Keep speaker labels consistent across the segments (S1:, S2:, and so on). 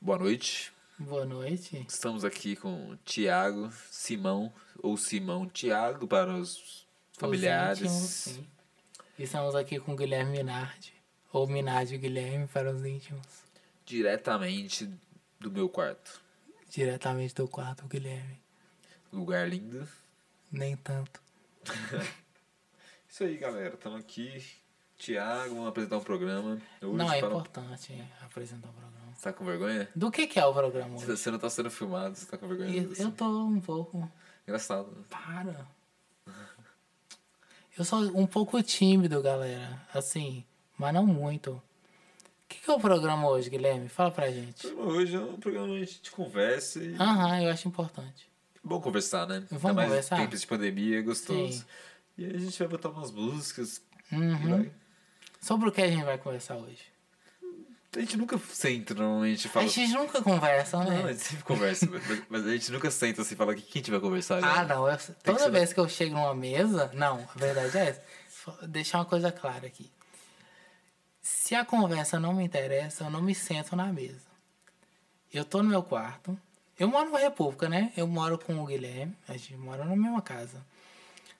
S1: Boa noite.
S2: Boa noite.
S1: Estamos aqui com Tiago, Simão ou Simão Tiago para os familiares.
S2: Os íntimos, sim. Estamos aqui com o Guilherme Minardi. Ou Minardi Guilherme para os íntimos.
S1: Diretamente do meu quarto.
S2: Diretamente do quarto, Guilherme.
S1: Lugar lindo.
S2: Nem tanto.
S1: Isso aí, galera. Estamos aqui. Tiago, vamos apresentar um programa. Hoje
S2: não é
S1: para-
S2: importante apresentar o programa.
S1: Você tá com vergonha?
S2: Do que, que é o programa
S1: Você
S2: hoje?
S1: você não tá sendo filmado, você tá com vergonha.
S2: Eu,
S1: disso?
S2: eu tô um pouco.
S1: Engraçado. né?
S2: Para. Eu sou um pouco tímido, galera. Assim, mas não muito. O que, que é o programa hoje, Guilherme? Fala pra
S1: O
S2: gente.
S1: programa Hoje é um programa onde a gente conversa e é
S2: Aham, eu acho importante.
S1: Bom conversar, né?
S2: Vamos
S1: Ainda mais
S2: conversar?
S1: Tempos de pandemia, é gostoso.
S2: Sim.
S1: E aí a gente vai botar umas músicas. e
S2: Uhum.
S1: vai.
S2: Sobre o que a gente vai conversar hoje?
S1: A gente nunca senta, normalmente fala.
S2: A gente nunca conversa,
S1: Não, a
S2: né?
S1: gente sempre conversa, mas, mas a gente nunca senta assim e fala o que que a gente vai conversar.
S2: Ah,
S1: né?
S2: não. eu- toda
S1: ser-
S2: vez que eu chego numa mesa. Não, a verdade é essa. Fa- Deixar uma coisa clara aqui. Se a conversa não me interessa, eu não me sento na mesa. Eu tô no meu quarto. Eu moro numa república, né? Eu moro com o Guilherme. A gente mora na mesma casa.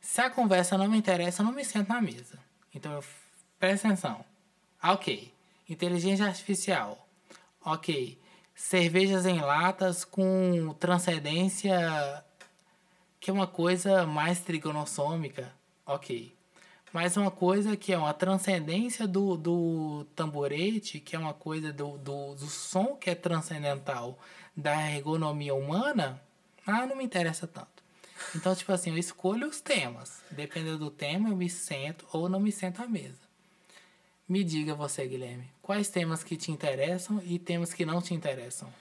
S2: Se a conversa não me interessa, eu não me sento na mesa. Então, eu f- presta atenção. Ah, Ok. Inteligência artificial. Ok. Cervejas em latas com transcendência que é uma coisa mais trigonossômica, ok. Mas uma coisa que é uma transcendência do, do tamborete, que é uma coisa do, do, do som que é transcendental da ergonomia humana, ah, não me interessa tanto. Então, tipo assim, eu escolho os temas. Dependendo do tema, eu me sento ou não me sento à mesa. Me diga você, Guilherme, quais temas que te interessam e temas que não te interessam?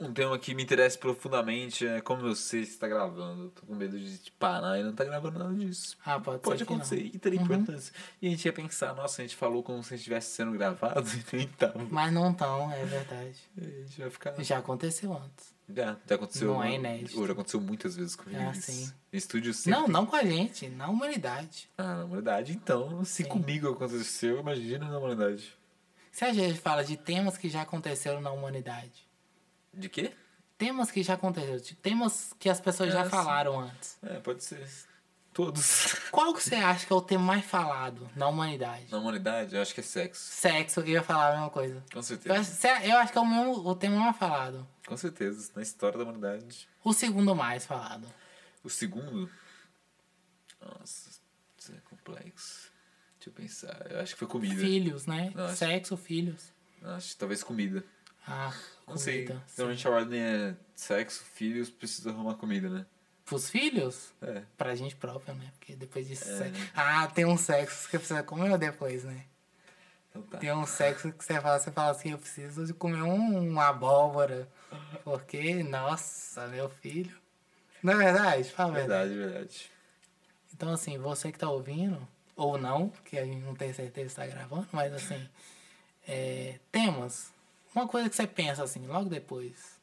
S1: Um tema que me interessa profundamente é como eu sei se tá gravando. Eu Tô com medo de parar e não tá gravando nada disso.
S2: Ah, pode,
S1: Pode
S2: ser que
S1: acontecer
S2: não. Uhum.
S1: e teria importância. E a gente ia pensar, nossa, a gente falou como se a gente estivesse sendo gravado e nem tava.
S2: Mas não tão, é verdade.
S1: A gente vai ficar.
S2: Já aconteceu antes.
S1: Já, já aconteceu.
S2: Não é inédito.
S1: Ou já aconteceu muitas vezes comigo.
S2: Ah,
S1: isso.
S2: sim.
S1: Em estúdio sempre.
S2: Não, não com a gente, na humanidade.
S1: Ah, na humanidade, então, se
S2: Sim.
S1: comigo aconteceu, imagina na humanidade.
S2: Se a gente fala de temas que já aconteceram na humanidade,
S1: De quê?
S2: temas que já aconteceram, de temas que as pessoas
S1: Ah,
S2: já
S1: sim.
S2: falaram antes.
S1: É, pode ser. Todos.
S2: Qual que você acha que é o tema mais falado na humanidade?
S1: Na humanidade, eu acho que é sexo.
S2: Sexo, eu ia falar a mesma coisa.
S1: Com
S2: Eu
S1: certeza.
S2: acho, sé- eu acho que é o, mesmo, o tema mais falado.
S1: Com certeza. Na história da humanidade.
S2: O segundo mais falado.
S1: O segundo. Nossa, isso é complexo. Deixa eu pensar. Eu acho que foi comida.
S2: Filhos, né?
S1: Nossa.
S2: Sexo, filhos.
S1: Acho que talvez comida.
S2: Ah,
S1: Não sei.
S2: comida. sim.
S1: Normalmente a ordem é sexo, filhos, precisa arrumar comida, né?
S2: Pros filhos?
S1: É.
S2: Pra gente própria, né? Porque depois disso. sexo- Ah, tem uns sexos que precisa comer depois, né?
S1: Então tá.
S2: Tem um sexo que você fala, você fala assim, eu preciso de comer um, uma abóbora. Porque, nossa, meu filho. Não é verdade? Fala a verdade.
S1: Verdade, é verdade.
S2: Então, assim, você que tá ouvindo, ou não, porque a gente não tem certeza se tá gravando, mas assim, é, temas. Uma coisa que você pensa assim, logo depois.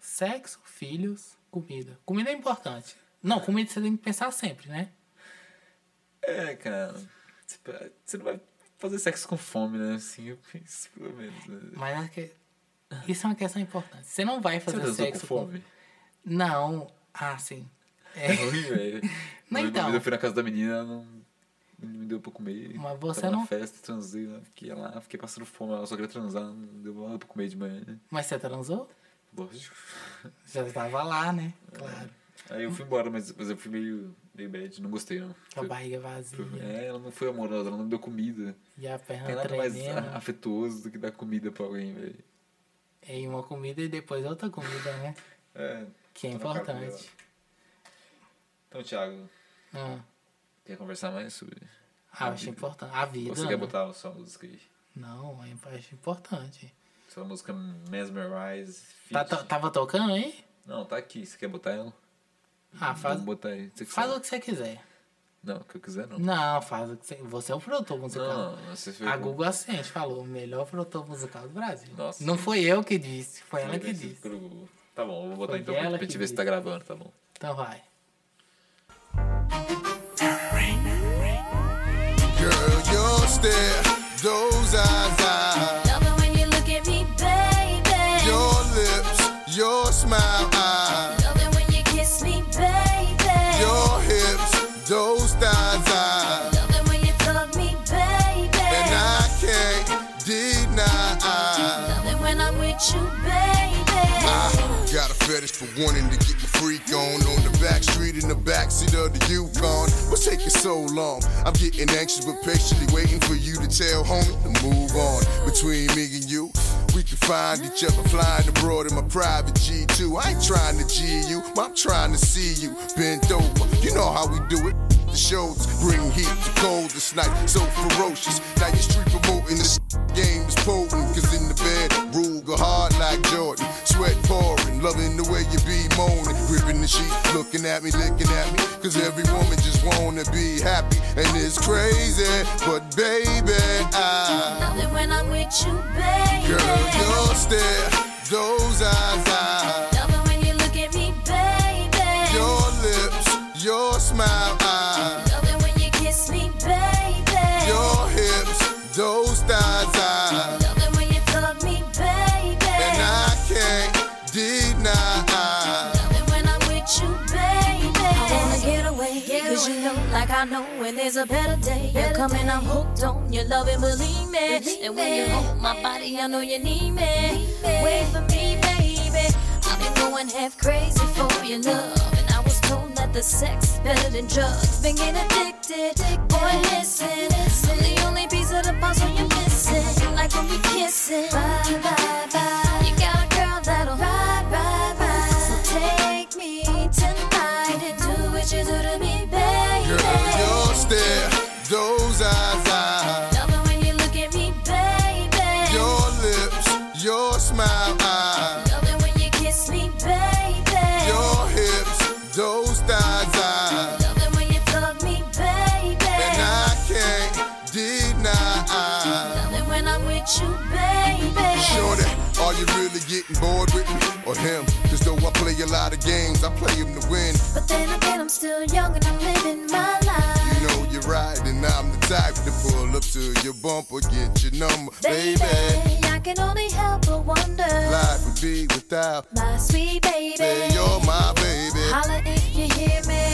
S2: Sexo, filhos, comida. Comida é importante. Não, comida você tem que pensar sempre, né?
S1: É, cara. Você- Você não vai fazer sexo com fome, né? Assim, eu penso, pelo menos. Né?
S2: Mas é que- isso é uma questão importante. Você não vai
S1: Você
S2: fazer
S1: transou com
S2: sexo com
S1: fome?
S2: Não. Ah, sim.
S1: É
S2: É.
S1: ruim, velho. Uma
S2: Não, então.
S1: vez Eu fui na casa da menina, ela não, não me deu pra comer.
S2: Mas você
S1: Tava
S2: não-
S1: na festa, transei, né? fiquei lá, fiquei passando fome, ela só queria transar, não deu nada pra comer de manhã, né?
S2: Mas você transou?
S1: Lógico.
S2: Já tava lá, né? Claro.
S1: Aí eu fui embora, mas, mas eu fui meio, meio bad, não gostei, não.
S2: Com a
S1: Fui-
S2: barriga vazia.
S1: fui- é, ela não foi amorosa, ela não me deu comida.
S2: E a
S1: Tem
S2: perna
S1: nada mais
S2: tremendo.
S1: a- afetuoso do que dar comida pra alguém, velho.
S2: É, E uma comida e depois outra comida, né?
S1: É.
S2: Que é
S1: Tô na cara dela.
S2: importante.
S1: Então, Thiago,
S2: Ah,
S1: quer conversar mais sobre.
S2: ah, eu acho importante. A vida.
S1: Ou você quer
S2: né?
S1: botar a sua música aí?
S2: Não, eu acho importante.
S1: Sua música Mesmerize. Fit.
S2: Tá, to- tava tocando aí?
S1: Não, tá aqui. Você quer botar ela?
S2: Ah, faz,
S1: Vamos botar aí. Você que
S2: faz
S1: sabe.
S2: o que você quiser.
S1: Não, o que eu quiser não.
S2: Não, faz o que você. Você é o produtor musical.
S1: Não, não, você foi.
S2: A Google Assistente falou, o melhor produtor musical do Brasil.
S1: Nossa.
S2: Não foi eu que disse, foi ela que
S1: Agradecido
S2: disse.
S1: pelo Google. Tá bom, eu vou botar
S2: Foi
S1: então
S2: ela
S1: pra
S2: que
S1: gente ver se tá
S2: disse.
S1: gravando, tá bom.
S2: Então vai.
S3: Girl, your stare, those eyes, I
S4: Love it when you look at me, baby.
S3: when I'm with you, baby.
S4: Got a fetish for wanting to get my freak on on the back street in the backseat of the Yukon. What's taking so long? I'm getting anxious but patiently waiting for you to tell homie to move on. Between me and you, we can find each other flying abroad in my private G2. I ain't trying to G you, I'm trying to see you bent over. You know how we do it. The shoulders bring heat to cold this night, so ferocious. Now you street promoting this game is potent, cause in the bed, Ruger hard like Jordan. Sweat pouring, loving the way you be moaning. Gripping the sheet, looking at me, licking at me, cause every woman just wanna be happy. And it's crazy, but baby, I.
S3: Love it when I'm with you, baby.
S4: Girl, your stare, those eyes, I.
S3: Love it when you look at me, baby.
S4: Your lips, your smile, I.
S3: Love it when you kiss me, baby.
S4: Your hips, those thighs, I.
S3: Love it when you thug me, baby.
S4: And I can't deny.
S3: Love it when I'm with you, baby. I wanna get away, cause you know, like I know, when there's a better day. You're coming, I'm hooked on your love and believe me. and when you hold my body, I know you need me. Wait for me, baby. I've been going half crazy for your love, and I was told that the sex is better than drugs. Been getting addicted, boy, listen. I'm the only piece of the puzzle you're missing. Like when we kissing, bye, bye, bye. You got a girl that'll ride, ride, ride. So take me tonight and do what you do to me, baby.
S4: Girl, your stare, those eyes, I.
S3: Love it when you look at me, baby.
S4: Your lips, your smile, I.
S3: Love it when you kiss me, baby.
S4: Your hips, those thighs, I.
S3: Love it when you thug me, baby.
S4: And I can't deny.
S3: Love it when I'm with you, baby.
S4: Shorty, are you really getting bored with me or him? Cause though I play a lot of games, I play him to win.
S3: But then again, I'm still young and I'm living my life.
S4: You know you're right, and I'm the type to pull up to your bumper, get your number, baby.
S3: I can only help but wonder.
S4: Life would be without.
S3: My sweet baby.
S4: Say you're my baby.
S3: Holla if you hear me.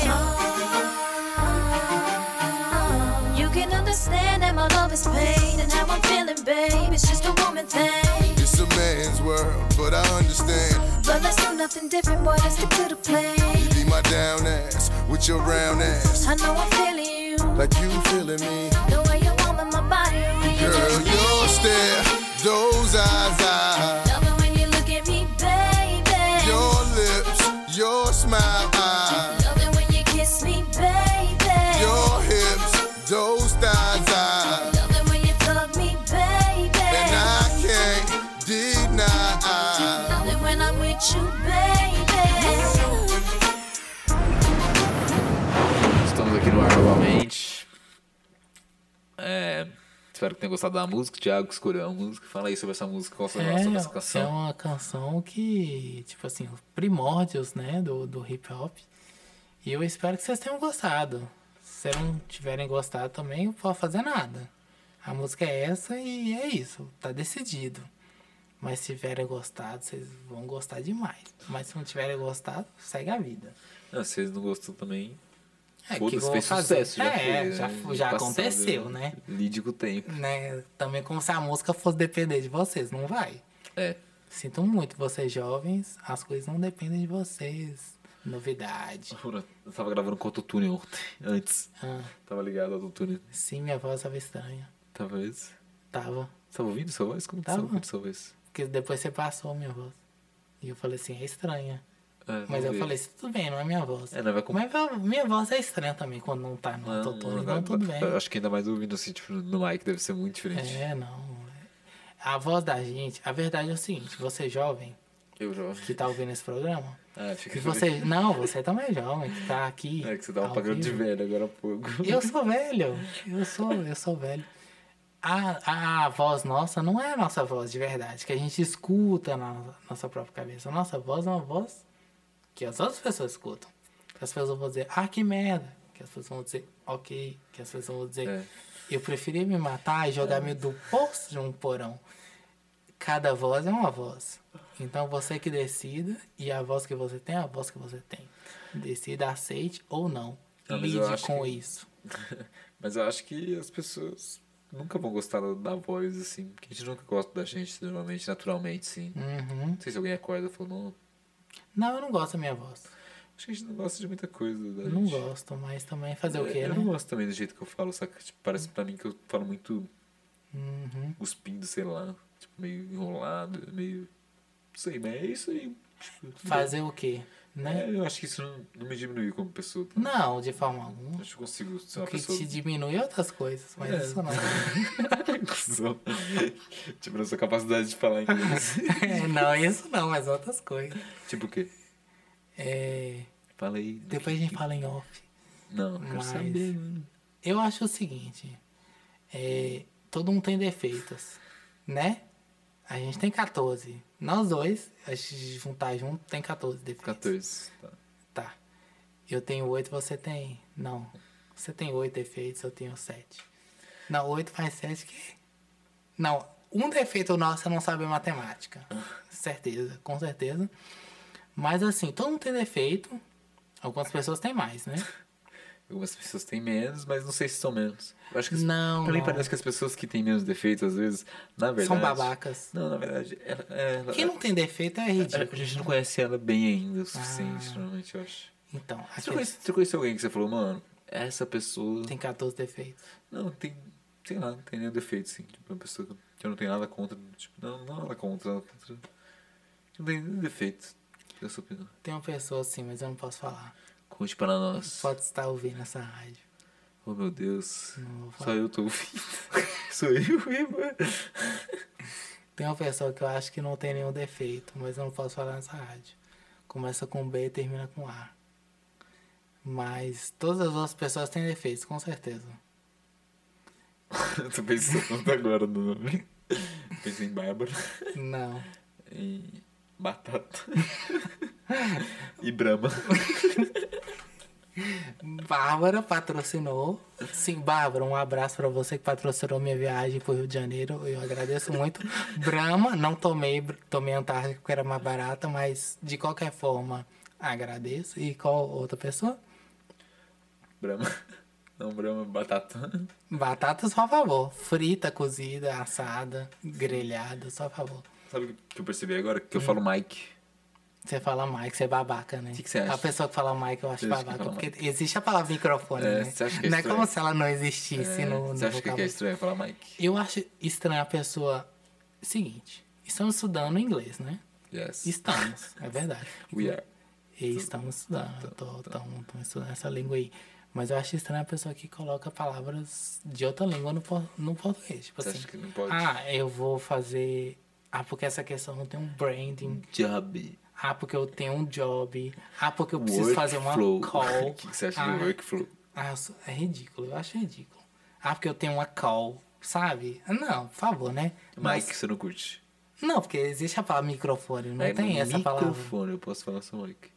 S3: You can understand that my love is pain and how I'm feeling, babe. It's just a woman thing.
S4: It's a man's world, but I understand.
S3: But let's do nothing different, boy. Let's stick to the
S4: You
S3: plan.
S4: be my down ass with your round ass,
S3: I know I'm feeling you.
S4: like you feeling me.
S3: The way you warming my body. when you
S4: Girl,
S3: just
S4: your
S3: lean.
S4: stare, those eyes, I.
S3: Love it when you look at me, baby.
S4: Your lips, your smile, I.
S3: Love it when you kiss me, baby.
S4: Your hips, those thighs, I.
S3: Love it when you thug me, baby.
S4: And I can't deny.
S3: Love it when I'm with you, baby.
S1: Estamos aqui no ar novamente. É. Espero que tenha gostado da música. Thiago escolheu a música. Fala aí sobre essa música. Qual a sua relação com essa
S2: É, é
S1: canção?
S2: uma canção que, tipo assim, os primórdios, né, do, do hip hop. E eu espero que vocês tenham gostado. Se não tiverem gostado também, não posso fazer nada. A música é essa e é isso, tá decidido. Mas se tiverem gostado, vocês vão gostar demais. Mas se não tiverem gostado, segue a vida.
S1: Não, se Ah, vocês não gostou também.
S2: É,
S1: Foda-se,
S2: eu vou
S1: fez
S2: fazer?
S1: sucesso. Já
S2: é,
S1: foi,
S2: já,
S1: né?
S2: já
S1: Passado,
S2: aconteceu, né?
S1: Lide com o tempo.
S2: né? Também como se a música fosse depender de vocês, não vai.
S1: É.
S2: Sinto muito, vocês jovens, as coisas não dependem de vocês. Novidade.
S1: Eu tava gravando com autotune ontem, antes.
S2: Ah,
S1: Tava ligado ao autotune.
S2: sim, minha voz estava estranha.
S1: Tava isso?
S2: Tava.
S1: Você tava ouvindo sua voz? Como que você
S2: Tava.
S1: tava ouvindo sua voz?
S2: Porque depois você passou a minha voz. E eu falei assim, é estranha.
S1: É, vamos
S2: Mas eu
S1: ver.
S2: falei assim, tudo bem, não é minha voz.
S1: É, não vai com-
S2: Mas a minha voz é estranha também quando não tá no
S1: Não,
S2: autotune,
S1: não,
S2: então
S1: não,
S2: tudo
S1: não.
S2: bem.
S1: Eu Acho que ainda mais ouvindo assim, tipo, no mic deve ser muito diferente.
S2: É, não. A voz da gente, a verdade é o seguinte, você jovem
S1: Eu já.
S2: que tá ouvindo esse programa,
S1: Ah, fica
S2: que você.
S1: feliz.
S2: Não, você também jovem, que tá aqui.
S1: É que você tava
S2: ao
S1: pagando de
S2: vivo.
S1: velho agora há pouco.
S2: Eu sou velho. Eu sou, eu sou velho. A, a voz nossa não é a nossa voz de verdade, que a gente escuta na nossa própria cabeça. A nossa voz é uma voz que as outras pessoas escutam. Que as pessoas vão dizer, ah, que merda. Que as pessoas vão dizer, ok. Que as pessoas vão dizer,
S1: É.
S2: eu preferi me matar e jogar-me do poço de um porão. Cada voz é uma voz. Então você que decida, e a voz que você tem é a voz que você tem. Decida, aceite ou não.
S1: Não, mas eu
S2: Lide
S1: acho
S2: com
S1: que-
S2: isso.
S1: Mas eu acho que as pessoas nunca vão gostar da, da voz, assim. Porque a gente nunca gosta da gente, normalmente, naturalmente, sim.
S2: Uhum.
S1: Não sei se alguém acorda e falou, não,
S2: Não, eu não gosto da minha voz.
S1: acho que a gente não gosta de muita coisa. Da
S2: Não
S1: gente.
S2: gosto, mas também fazer o
S1: Eu-
S2: quê,
S1: Eu
S2: né? Hum.
S1: não gosto também do jeito que eu falo, saca? Tipo, parece pra mim que eu falo muito
S2: Uhum.
S1: cuspindo, sei lá. Tipo, meio enrolado, meio. Não sei, mas é isso aí. Tipo, tudo
S2: Fazer o quê,
S1: bem.
S2: né?
S1: É, eu acho que isso não, não me diminui como pessoa. Tá?
S2: Não, de forma alguma.
S1: Acho que eu consigo ser
S2: O
S1: uma
S2: que
S1: pessoa.
S2: te diminui outras coisas, mas
S1: É.
S2: isso não.
S1: Cusão. tipo, na sua capacidade de falar inglês.
S2: É, não, isso não, mas outras coisas.
S1: tipo o quê?
S2: É,
S1: Fala aí. do
S2: depois a
S1: que-
S2: gente fala em off.
S1: Não, eu quero
S2: Mas-
S1: saber, mano.
S2: Eu acho o seguinte: é, todo mundo tem defeitos, né? A gente tem 14. Nós dois, a gente juntar junto, tem 14 defeitos.
S1: 14. Tá.
S2: Tá. Eu tenho 8, você tem. Não. Você tem 8 defeitos, eu tenho 7. Não, 8 faz 7 que. Não, um defeito nosso é não saber matemática. Certeza, com certeza. Mas assim, todo mundo tem defeito. Algumas pessoas têm mais, né?
S1: Algumas pessoas têm menos, mas não sei se são menos. Eu acho que as-
S2: Não,
S1: Pra mim
S2: não.
S1: parece que as pessoas que têm menos defeitos, às vezes, na verdade.
S2: São babacas.
S1: Não, na verdade. Ela, é, ela-
S2: Quem não tem defeito é
S1: a,
S2: ridículo.
S1: a gente não conhece ela bem ainda o suficiente,
S2: Ah.
S1: normalmente, eu acho.
S2: Então, a
S1: Você
S2: pessoa
S1: conhece, você conhece alguém que você falou, mano, essa pessoa.
S2: tem 14 defeitos.
S1: Não, tem. Sei lá, não tem nenhum defeito, assim. Tipo, uma pessoa que eu- que eu não tenho nada contra. Tipo, não, não nada contra, nada contra. Não tem nenhum defeito, na sua opinião.
S2: Tem uma pessoa assim, mas eu não posso falar.
S1: Conte para nós.
S2: Pode estar ouvindo essa rádio.
S1: Oh, meu Deus.
S2: Não vou falar.
S1: Só eu tô ouvindo. Sou eu, hein, mano.
S2: Tem uma pessoa que eu acho que não tem nenhum defeito, mas eu não posso falar nessa rádio. Começa com B e termina com A. Mas todas as outras pessoas têm defeitos, com certeza.
S1: Eu tô pensando agora no nome. Pensei em Bárbara.
S2: Não.
S1: Em Batata. e Brahma.
S2: Bárbara patrocinou. Sim, Bárbara, um abraço pra você que patrocinou minha viagem pro Rio de Janeiro. Eu agradeço muito. Brahma, não tomei, br- tomei Antártica porque era mais barata, mas de qualquer forma, agradeço. E qual outra pessoa?
S1: Brahma. Não, Brahma, Batata.
S2: Batata, só a favor. Frita, cozida, assada, grelhada, só a favor.
S1: Sabe o que eu percebi agora? Que eu
S2: Hum.
S1: falo Mike.
S2: Você fala Mike, você é babaca, né? O
S1: Que que você acha?
S2: A pessoa que fala Mike, eu acho
S1: Você acha que
S2: babaca.
S1: fala
S2: Porque
S1: Mike?
S2: existe a palavra microfone,
S1: É,
S2: né?
S1: você acha que é
S2: não é
S1: estranho?
S2: como se ela não existisse
S1: É,
S2: no, no
S1: você acha que é
S2: vocabulário.
S1: estranho falar Mike?
S2: Eu acho estranho a pessoa... Seguinte, estamos estudando inglês, né?
S1: Yes.
S2: Estamos, é verdade.
S1: We are.
S2: E estamos estudando, tô, tão, tão estudando essa língua aí. Mas eu acho estranho a pessoa que coloca palavras de outra língua no, por- no português. Tipo
S1: Você
S2: assim,
S1: acha que não pode?
S2: ah, eu vou fazer... Ah, porque essa questão não tem um branding.
S1: Job.
S2: Ah, porque eu tenho um job. Ah, porque eu preciso fazer uma
S1: Workflow.
S2: call.
S1: O que que você acha
S2: ah,
S1: do workflow?
S2: Ah, isso é ridículo, eu acho ridículo. Ah, porque eu tenho uma call, sabe? Não, por favor, né?
S1: Mike,
S2: Mas-
S1: você não curte.
S2: não, porque existe a palavra microfone, não
S1: É,
S2: tem
S1: no
S2: essa palavra.
S1: Microfone, eu posso falar só Mike.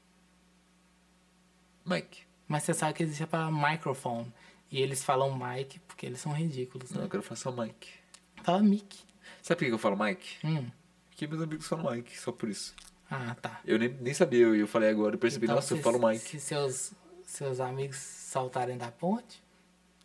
S1: Mike.
S2: Mas você sabe que existe a palavra microphone. E eles falam mic porque eles são ridículos,
S1: Não,
S2: né?
S1: eu quero falar só Mike.
S2: Fala mic.
S1: Sabe por que eu falo Mike?
S2: Hum.
S1: Porque meus amigos falam Mike, só por isso.
S2: Ah, tá.
S1: Eu nem, nem sabia, eu eu falei agora, eu percebi,
S2: Então,
S1: nossa, eu
S2: se-
S1: falo Mike.
S2: Se seus, seus amigos saltarem da ponte,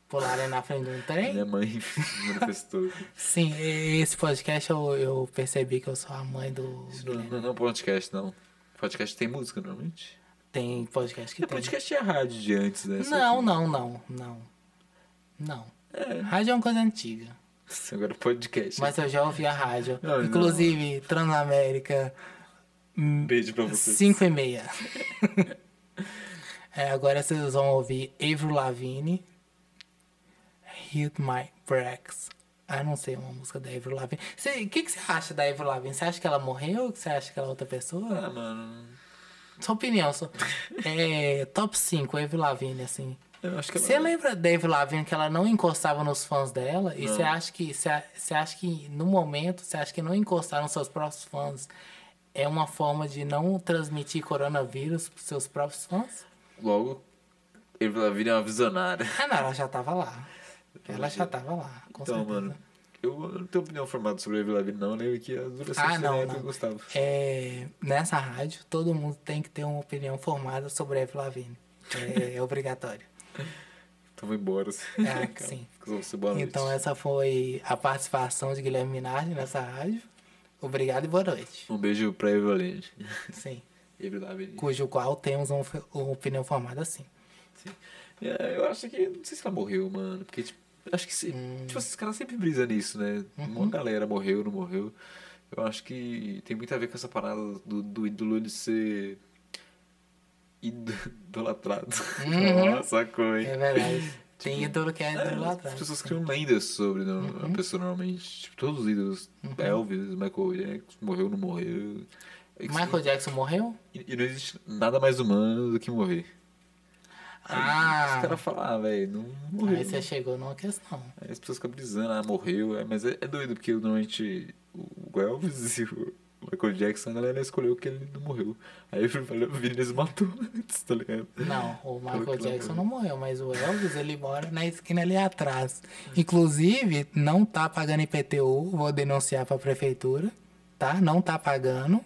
S2: pularem na frente de um trem,
S1: Minha mãe me manifestou.
S2: Sim, e- esse podcast eu, eu percebi que eu sou a mãe do.
S1: Isso não,
S2: Guilherme.
S1: não, não é podcast, não. Podcast tem música, normalmente.
S2: Tem podcast que
S1: É,
S2: tem.
S1: podcast é a rádio de antes, né? Só
S2: Não,
S1: que-
S2: não, não, não. Não.
S1: É.
S2: Rádio é uma coisa antiga.
S1: Agora é podcast.
S2: Mas eu já ouvi a rádio.
S1: Não, não.
S2: Inclusive, Transamérica hum,
S1: Um beijo pra vocês.
S2: 5 e meia. É, agora vocês vão ouvir Avril Lavigne. Hit My Breaks. Ah, não sei uma música da Avril Lavigne. O que, que você acha da Avril Lavigne? Você acha que ela morreu? Você acha que ela é outra pessoa?
S1: Ah, mano.
S2: Sua opinião, só. É, top 5, Avril Lavigne, assim.
S1: Eu acho que
S2: Você lembra da Avril Lavigne que ela não encostava nos fãs dela? E você acha que você a- você acha que no momento, você acha que não encostar nos seus próprios fãs é uma forma de não transmitir coronavírus pros seus próprios fãs?
S1: Logo, Avril Lavigne é uma visionária.
S2: Ah, não, ela já tava lá. Ela já tava lá, com
S1: Então,
S2: certeza.
S1: mano, eu não tenho opinião formada sobre a Avril Lavigne, não. Nem que a duração
S2: Ah, não,
S1: eu
S2: não.
S1: gostava.
S2: É, nessa rádio, todo mundo tem que ter uma opinião formada sobre Avril Lavigne. É, é obrigatório.
S1: Tamo embora. assim.
S2: Ah, sim.
S1: Ficou assim, boa noite.
S2: Então essa foi a participação de Guilherme Minardi nessa rádio. Obrigado e boa noite.
S1: Um beijo pra Evelyn.
S2: Sim.
S1: Evelyn da Avenida.
S2: Cujo qual temos um- uma opinião formada sim.
S1: Sim. É, eu acho que. Não sei se ela morreu, mano. Porque, tipo, acho que. Se,
S2: Hum.
S1: Tipo, esses caras sempre brisam nisso, né?
S2: Uhum.
S1: Uma galera morreu, não morreu. Eu acho que tem muito a ver com essa parada do, do ídolo de ser. ido- idolatrado. Nossa, sacou, hein?
S2: É verdade. Tem ídolo que é ídolo lá
S1: As
S2: atrás.
S1: pessoas criam lendas sobre né,
S2: Uhum.
S1: a pessoa normalmente. Tipo, todos os ídolos. Elvis, Michael Jackson, morreu, não morreu. E-
S2: Michael Jackson morreu?
S1: E, e não existe nada mais humano do que morrer. Os
S2: Ah,
S1: caras falam, ah, velho, não morreu. né?"
S2: aí você chegou numa questão.
S1: Aí as pessoas ficam brisando, ah, morreu. é, mas é, é doido, porque normalmente o Elvis e o Michael Jackson, a galera escolheu que ele não morreu. Aí eu falei, o Vinícius matou antes, tá ligado?
S2: Não, o Michael
S1: Pelo que ela
S2: Jackson
S1: morreu.
S2: não morreu, mas o Elvis, ele mora na esquina ali atrás. Inclusive, não tá pagando IPTU, vou denunciar pra prefeitura, tá? Não tá pagando.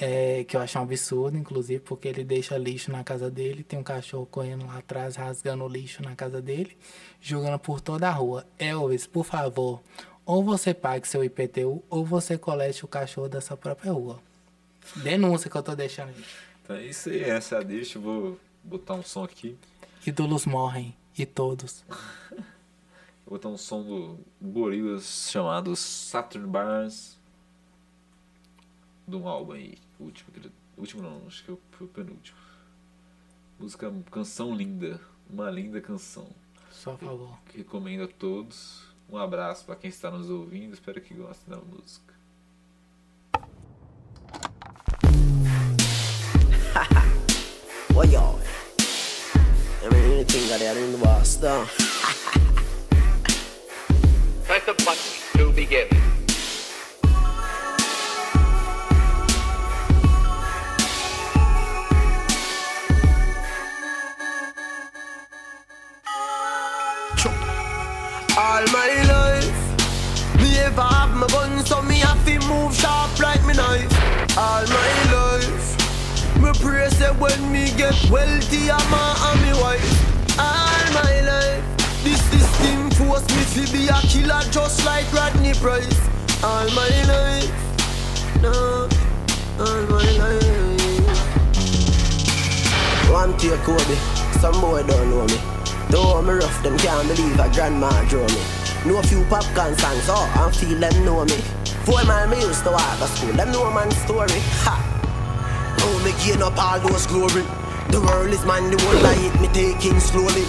S2: É, que eu acho um absurdo, inclusive, porque ele deixa lixo na casa dele, tem um cachorro correndo lá atrás, rasgando o lixo na casa dele, jogando por toda a rua. Elvis, por favor, ou você pague seu IPTU, ou você colete o cachorro da sua própria rua. Denúncia que eu tô deixando aí.
S1: Então é isso aí, essa é a deixa. Eu vou botar um som aqui.
S2: Ídolos morrem, e todos.
S1: Vou botar um som do Gorillaz chamado Saturn Barnes. De um álbum aí. O último, que ele- o último não, acho que é o- foi o penúltimo. Música Canção Linda. Uma linda canção.
S2: Só a favor.
S1: que Recomendo a todos. Um abraço para quem está nos ouvindo. Espero que gostem da música.
S5: What y'all? I mean, anything that I didn't was done.
S6: Press the button to begin.
S5: All my life, me ever have my gun, so me have to move sharp like me knife. All my life, me pray say when me get wealthy, I'm a and me wife. All my life, this this thing force me to be a killer just like Rodney Price. All my life, no, all my life. One take Kobe, some boy don't know me. Though me rough, them can't believe a grandma draw me. Know a few popcorn songs, oh, and feel them know me. Four mile me used to walk to school, them know man story. Ha! Oh, me gain up all those glory. The world is man, the world I hate me taking slowly.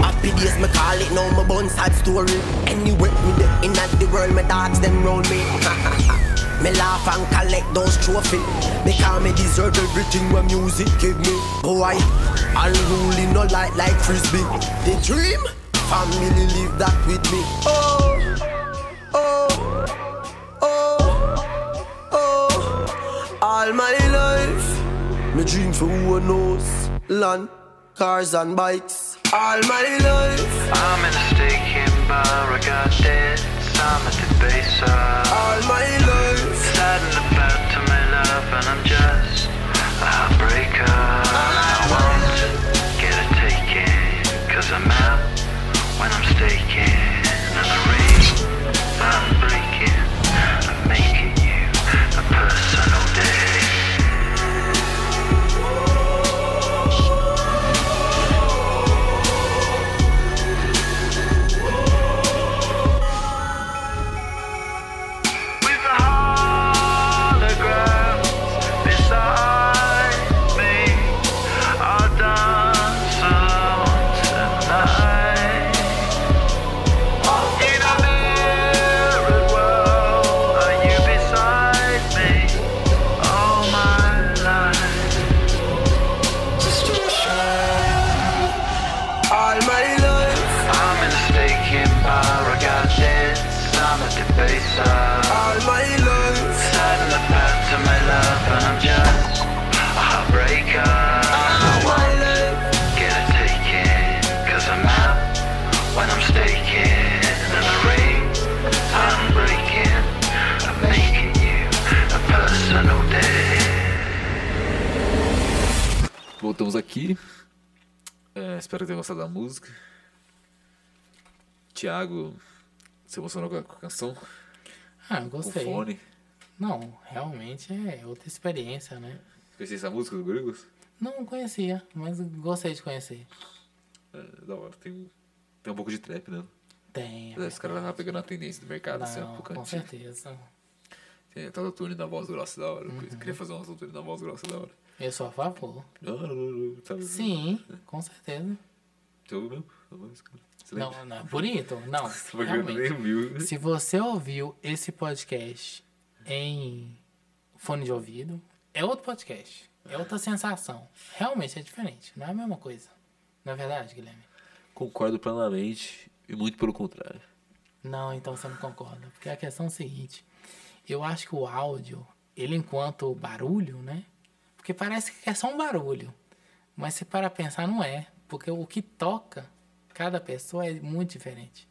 S5: Happy days, me call it now, my bun sad story. Anyway, me the in at the world, my dogs them round me. me laugh and collect those trophy. Because me deserve everything my music give me. Boy, unruly, no light like frisbee. The dream, family live that with me. Oh, oh, oh, oh. All my life, me dream for who knows land, cars and bikes. All my life,
S7: I'm in a stinking bar, I got dead, I'm at the base of
S5: all my life,
S7: Saddened about to my love and I'm just a heartbreaker I want to get a taken, cause I'm out when I'm staking And the race I'm breaking, I'm making you a personal day With the holograms beside me, I'll dance alone tonight. In a mirrored world, are you beside me all my life?
S5: all my life,
S7: I'm in a staking bar, I got dead, I'm at the base of.
S5: all my life,
S7: Saddened about to my love and I'm just a heartbreaker. I
S5: my
S7: won't
S5: life,
S7: get a taken, cause I'm out when I'm staking. And the ring I'm breaking, I'm making you a personal day.
S1: Voltamos aqui. É, espero que tenham gostado da música. Tiago se emocionou com a, com a canção?
S2: Ah,
S1: Com o
S2: gostei.
S1: fone?
S2: Não, realmente é outra experiência, né?
S1: Conheci essa música do Gorillaz?
S2: Não conhecia, mas gostei de conhecer.
S1: É, da hora. Tem, tem um pouco de trap, né?
S2: Tem.
S1: Mas Esse cara tava pegando a tendência do mercado, assim, um
S2: Não,
S1: pouco
S2: com
S1: antigo.
S2: certeza.
S1: Tem até o turno da voz grossa da hora.
S2: Uhum.
S1: Eu queria fazer uma autotune da voz grossa da hora.
S2: Eu sou a favor.
S1: Sabe? Então,
S2: Sim, com certeza.
S1: Você ouviu mesmo? a música? Você lembra?
S2: Não, não é bonito? Não,
S1: Porque eu
S2: realmente.
S1: nem né? ouviu.
S2: Se você ouviu esse podcast em fone de ouvido, é outro podcast. É outra sensação. Realmente é diferente. Não é a mesma coisa. Não é verdade, Guilherme?
S1: Concordo plenamente e muito pelo contrário.
S2: Não, então você não concorda. Porque a questão é o seguinte. Eu acho que o áudio, ele enquanto barulho, né? Porque parece que é só um barulho. Mas se para pensar, não é. Porque o que toca cada pessoa é muito diferente.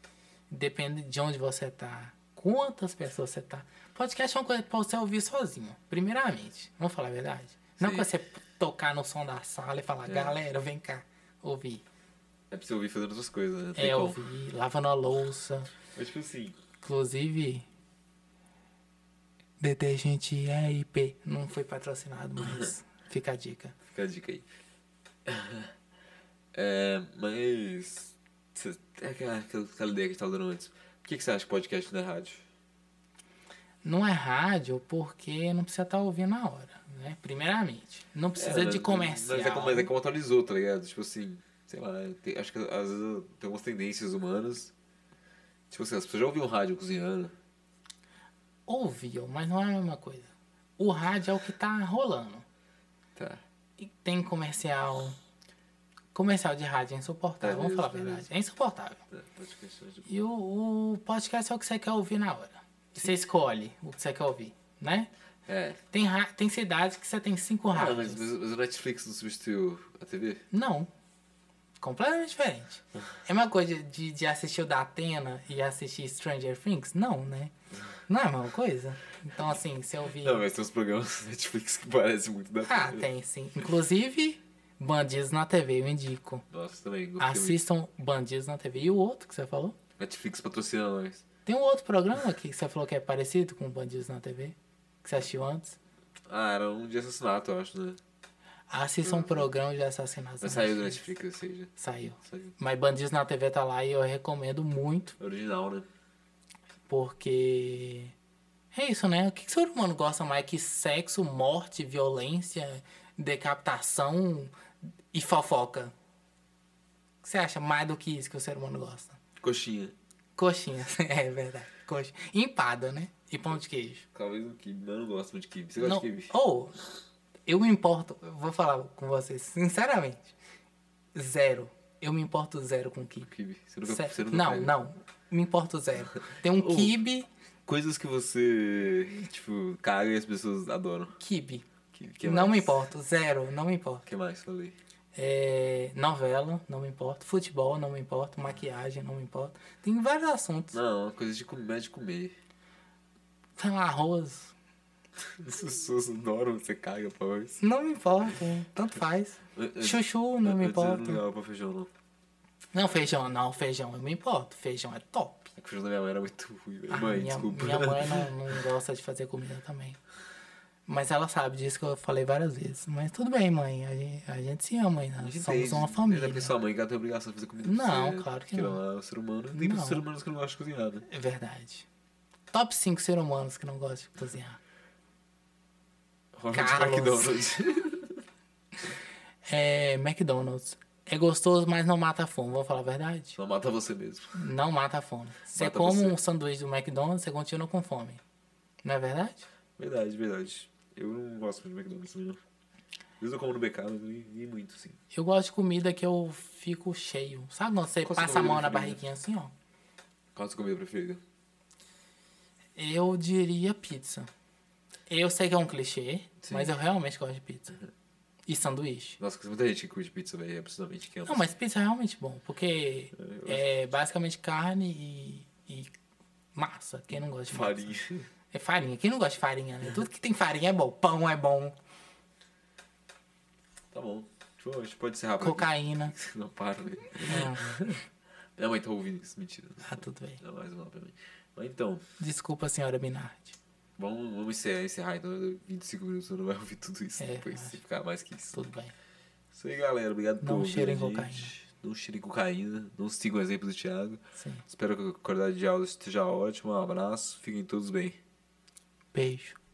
S2: Depende de onde você tá, quantas pessoas você tá. Podcast é uma coisa pra você ouvir sozinho, primeiramente. Vamos falar a verdade? Não
S1: Sim.
S2: que você tocar no som da sala e falar, galera, vem cá, ouvir.
S1: É pra você ouvir fazendo outras coisas, né? Não tem
S2: É,
S1: como.
S2: ouvir, lavando a louça.
S1: Mas tipo assim,
S2: Inclusive, detergente é IP. Não foi patrocinado, mas fica a dica.
S1: fica a dica aí. É, mas. cê- É aquela, aquela- aquela ideia que a gente tava dando antes. Por que, que você acha que podcast não é rádio?
S2: Não é rádio porque não precisa estar ouvindo na hora, né? Primeiramente. Não precisa
S1: É,
S2: de
S1: mas-
S2: comercial.
S1: Mas é, como, mas é como atualizou, tá ligado? Tipo assim, sei lá, tem- acho que às vezes tem umas tendências humanas. Tipo assim, as pessoas já ouviam rádio cozinhando.
S2: Ouviam, mas não é a mesma coisa. O rádio é o que tá rolando.
S1: Tá.
S2: E tem comercial. Comercial de rádio é insuportável,
S1: É
S2: vamos
S1: mesmo,
S2: falar a
S1: é
S2: verdade. É insuportável.
S1: tá, podcast é tipo-
S2: E o, o podcast é o que você quer ouvir na hora. Você escolhe o que você quer ouvir, né?
S1: É.
S2: Tem, ra- tem cidades que você tem cinco
S1: Ah,
S2: rádios.
S1: mas, mas, mas o Netflix não substituiu a TV?
S2: Não. Completamente diferente. É uma coisa de, de assistir o da Atena e assistir Stranger Things? Não, né? Não é a mesma coisa. Então, assim, se eu vi.
S1: Não, mas tem uns programas do Netflix que parecem muito da
S2: Ah,
S1: TV.
S2: tem sim. Inclusive, Bandidos na TV, eu indico.
S1: Nossa, também. gostei muito.
S2: Assistam Bandidos na TV. E o outro que você falou?
S1: Netflix patrocina nós.
S2: Tem um outro programa aqui que você falou que é parecido com Bandidos na TV? Que você assistiu antes?
S1: Ah, era um de assassinato, eu acho, né?
S2: Assistam um programa de assassinato.
S1: Mas saiu né? do Netflix, ou seja.
S2: Saiu.
S1: Saiu.
S2: Mas Bandidos na TV tá lá e eu recomendo muito.
S1: É Original, né?
S2: Porque é isso, né? O que, que o ser humano gosta mais que sexo, morte, violência, decapitação e fofoca? O que você acha mais do que isso que o ser humano gosta?
S1: Coxinha.
S2: Coxinha, é verdade. Coxa. Empada, né? E pão de queijo.
S1: Talvez o kibe. Não, eu não gosto muito de kibe. Você gosta
S2: Não-
S1: de kibe?
S2: Ou, eu me importo, eu vou falar com vocês, sinceramente, zero. Eu me importo zero com kibe.
S1: Kibe. Você nunca,
S2: Oh. Sério.
S1: você nunca
S2: não,
S1: pega.
S2: não. Me importo zero. Tem um
S1: Ou-
S2: kibe,
S1: Coisas que você, tipo, caga e as pessoas adoram.
S2: kibe.
S1: Que, que
S2: não
S1: mais?
S2: me importo, zero, não me
S1: O
S2: importo.
S1: que mais, falei?
S2: É, novela, não me importo. Futebol, não me importo. Maquiagem, não me importo. Tem vários assuntos.
S1: Não, coisas de comer, de comer.
S2: Sei lá, arroz,
S1: As pessoas adoram, você caga pra nós.
S2: não me importo. Tanto faz.
S1: Eu- eu-
S2: Chuchu, não me
S1: Antes Eu não é
S2: importo.
S1: ligava pra feijão, não.
S2: Não, feijão, não, feijão, eu me importo. Feijão é top.
S1: O feijão da minha mãe era muito ruim, velho.
S2: Ah,
S1: mãe,
S2: minha,
S1: desculpa.
S2: minha mãe não, não gosta de fazer comida também. Mas ela sabe disso que eu falei várias vezes. Mas tudo bem, mãe. A gente, a gente se ama, hein? nós somos
S1: Desde-
S2: uma
S1: Desde a
S2: família.
S1: pessoa mãe que ela é tem a obrigação de fazer comida
S2: Não,
S1: pra você.
S2: claro que
S1: Porque
S2: não.
S1: ela é um ser humano. Tem
S2: Não.
S1: muitos seres humanos que não gostam de cozinhar, né?
S2: É verdade. Top 5 seres humanos que não gostam de cozinhar.
S1: Ronald
S2: Carlos.
S1: McDonald.
S2: É McDonald's. É gostoso, mas não mata a fome, vou falar a verdade.
S1: Só mata você mesmo.
S2: Não mata a fome. Você
S1: Mata
S2: come
S1: você.
S2: um sanduíche do McDonald's, você continua com fome. Não é verdade?
S1: Verdade, verdade. Eu não gosto muito de McDonald's também, não. Às vezes eu como no BK, mas nem, nem muito, assim. sim.
S2: Eu gosto de comida que eu fico cheio. Sabe quando você
S1: Qual sua
S2: passa a mão
S1: comida
S2: na
S1: preferida?
S2: barriguinha assim, ó?
S1: Qual a sua comida preferida?
S2: Eu diria pizza. Eu sei que é um clichê,
S1: Sim.
S2: mas eu realmente gosto de pizza. E sanduíche.
S1: Nossa, tem muita gente que curte pizza, velho. É absolutamente que ama.
S2: Não, mas pizza é realmente bom, porque
S1: eu
S2: é basicamente carne e, e massa. Quem não gosta de massa?
S1: Farinha.
S2: É farinha. Quem não gosta de farinha, né? Tudo que tem farinha é bom. Pão é bom.
S1: Tá bom. Deixa eu- a gente pode encerrar por aqui.
S2: Cocaína.
S1: Não para, velho.
S2: É.
S1: Minha mãe tá ouvindo isso, mentira.
S2: Ah, tudo bem.
S1: Não, mais uma pra mim. Mas então,
S2: Desculpa, senhora Minardi.
S1: vamos, vamos encerrar, encerrar. Então, 25 minutos, eu não vai ouvir tudo isso
S2: É,
S1: depois,
S2: acho.
S1: se ficar mais que isso.
S2: Tudo bem.
S1: Isso aí, galera. Obrigado
S2: Não
S1: ouvir
S2: cheirem
S1: a gente.
S2: cocaína.
S1: Não cheirem cocaína. Não sigam o exemplo do Thiago.
S2: Sim.
S1: Espero que a qualidade de aula esteja ótima. Um abraço. Fiquem todos bem.
S2: Beijo.